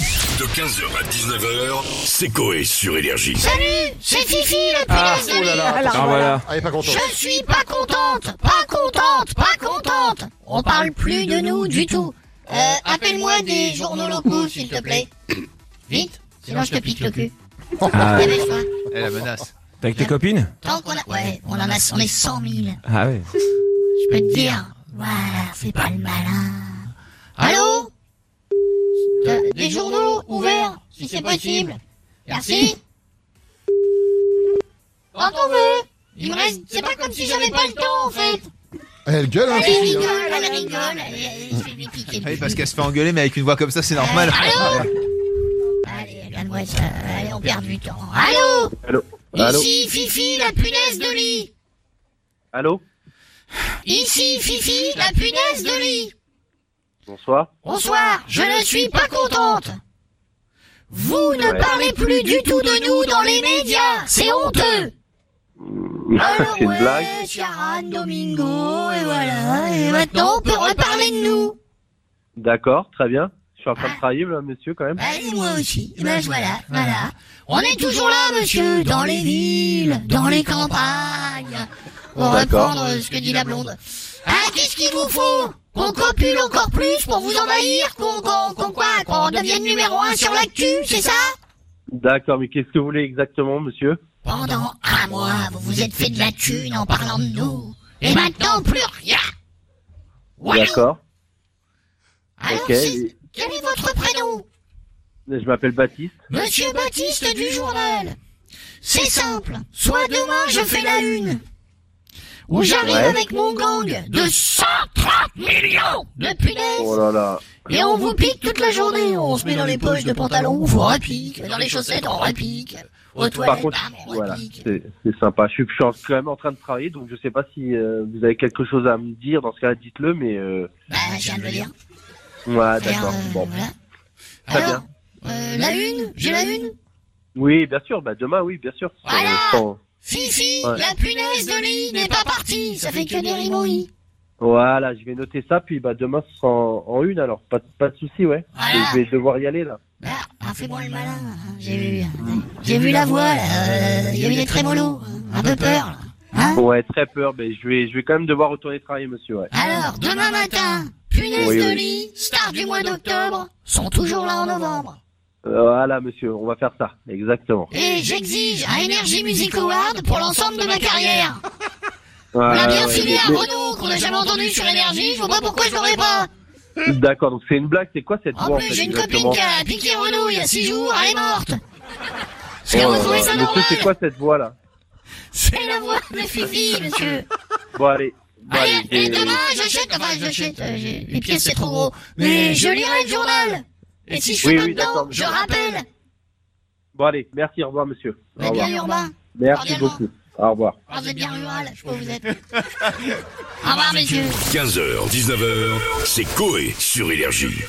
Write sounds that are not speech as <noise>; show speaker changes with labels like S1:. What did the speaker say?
S1: De 15h à 19h, c'est Coé sur Énergie.
S2: Salut, c'est Fifi la punaise de lit.
S3: Ah voilà.
S4: Elle est pas contente.
S2: Je suis pas contente, pas contente, pas contente. On parle plus de nous du tout. Euh, appelle-moi des journaux locaux, s'il te plaît. Vite, sinon je te pique le cul. Ah Dépêche-toi.
S5: Eh, la menace.
S3: T'es avec tes copines
S2: Tant qu'on a... Ouais, on en a, on est 100 000.
S3: Ah ouais.
S2: Je peux te dire. Voilà, fais pas le malin. Allô Euh, Des- Des journaux ouverts, si c'est possible. Merci. Quand on veut. Il me reste... C'est pas comme si j'avais pas le temps, en fait.
S4: Elle gueule, hein,
S2: Elle
S4: Fifi. hein.
S2: rigole, elle rigole. Elle- elle- Je vais lui piquer le
S5: Ah Oui,
S2: cul.
S5: parce qu'elle se fait engueuler, mais avec une voix comme ça, c'est normal.
S2: Ah, Allez, regarde-moi ça. Allez, on perd du temps. Allô
S6: Allô Allô
S2: Ici, Fifi, la punaise de lit.
S6: Allô
S2: Ici, Fifi, la punaise de lit.
S6: Bonsoir.
S2: Bonsoir, je ne suis pas contente. Vous ne
S6: Ouais.
S2: parlez plus du tout de nous dans les médias, c'est honteux. Alors
S6: Mmh. <laughs> c'est une
S2: ouais,
S6: blague
S2: Ciaran, Domingo, et voilà. Et maintenant, on peut reparler de nous.
S6: D'accord, très bien. Je suis en train
S2: Ah.
S6: de travailler, là, monsieur, quand même.
S2: Allez, Bah, moi aussi. Eh Ben voilà, voilà. On est toujours là, monsieur, dans les villes, dans les campagnes. Pour
S6: D'accord.
S2: reprendre euh, ce que dit la blonde. Ah, qu'est-ce qu'il vous faut Qu'on copule encore plus pour vous envahir Qu'on qu'on qu'on quoi Qu'on devienne numéro un sur l'actu, c'est ça
S6: D'accord, mais qu'est-ce que vous voulez exactement, monsieur
S2: Pendant un mois, vous vous êtes fait de la thune en parlant de nous. Et maintenant, plus rien. Voilà.
S6: D'accord.
S2: Alors,
S6: ok.
S2: c'est- quel est votre prénom
S6: Je m'appelle Baptiste.
S2: Monsieur Baptiste du journal. C'est simple, soit demain je fais la une, ou j'arrive
S6: Ouais.
S2: avec mon gang de 130 millions de
S6: Oh
S2: punaises,
S6: là là.
S2: et on vous pique toute la journée, on se met dans les poches de pantalon, on vous repique, dans les chaussettes, on repique, aux
S6: Par
S2: toilettes,
S6: contre,
S2: bam, on
S6: voilà,
S2: repique.
S6: c'est c'est sympa. Je suis, je suis en- quand même en train de travailler, donc je sais pas si euh, vous avez quelque chose à me dire. Dans ce cas-là, dites-le, mais... Euh...
S2: Bah, je viens de le dire.
S6: Ouais,
S2: Alors,
S6: d'accord.
S2: euh,
S6: Bon.
S2: voilà.
S6: Très
S2: Alors, euh, la une, j'ai la une
S6: Oui, bien sûr. Bah, demain, oui, bien sûr.
S2: Voilà.
S6: Euh, sans-
S2: Fifi,
S6: Ouais.
S2: la punaise de lit n'est pas partie, ça fait que des rimouilles.
S6: Voilà, je vais noter ça, puis bah demain ce sera en, en une alors, pas, pas de souci, ouais.
S2: Voilà.
S6: Je vais devoir y aller là.
S2: Ah, ah, fais-moi le malin, hein, j'ai vu, j'ai vu la voix, là, euh, il y a eu des trémolos, hein, un peu peur, là. hein
S6: Ouais, très peur, mais je vais, je vais quand même devoir retourner travailler, monsieur, ouais.
S2: Alors, demain matin, punaise
S6: Oui,
S2: de
S6: oui.
S2: lit, star du mois d'octobre, sont toujours là en novembre.
S6: Euh, voilà, monsieur, on va faire ça, exactement.
S2: Et j'exige un Energy Music Award pour l'ensemble de ma carrière. On
S6: Ouais,
S2: l'a bien
S6: ouais,
S2: filé à
S6: Euh, mais-
S2: Renault, qu'on n'a jamais entendu sur Energy, je vois pas pourquoi je l'aurais pas.
S6: mais- D'accord, donc c'est une blague, c'est quoi cette
S2: En
S6: voix
S2: plus, Oh, j'ai une
S6: exactement
S2: copine qui a piqué Renault il y a six jours, elle est morte. Est-ce que
S6: Oh
S2: vous
S6: là là,
S2: trouvez ça
S6: Monsieur,
S2: normal
S6: c'est quoi cette voix là
S2: C'est la voix de Fifi, monsieur.
S6: Bon, allez, bon,
S2: Allez,
S6: allez,
S2: et
S6: j'ai-
S2: demain, j'achète, enfin, j'achète, euh, j'ai- les pièces c'est trop gros, mais je lirai le journal. Et si je suis
S6: Oui,
S2: pas
S6: oui,
S2: dedans,
S6: d'accord.
S2: je rappelle.
S6: bon, allez, merci, au revoir, monsieur. Au
S2: Vous êtes
S6: revoir.
S2: bien urbain.
S6: Merci
S2: cordialement.
S6: beaucoup. Au revoir.
S2: Ah, Vous êtes bien rural, je sais pas où vous êtes. <laughs> Au revoir, messieurs.
S1: 15h, 19h, c'est Coé sur Énergie.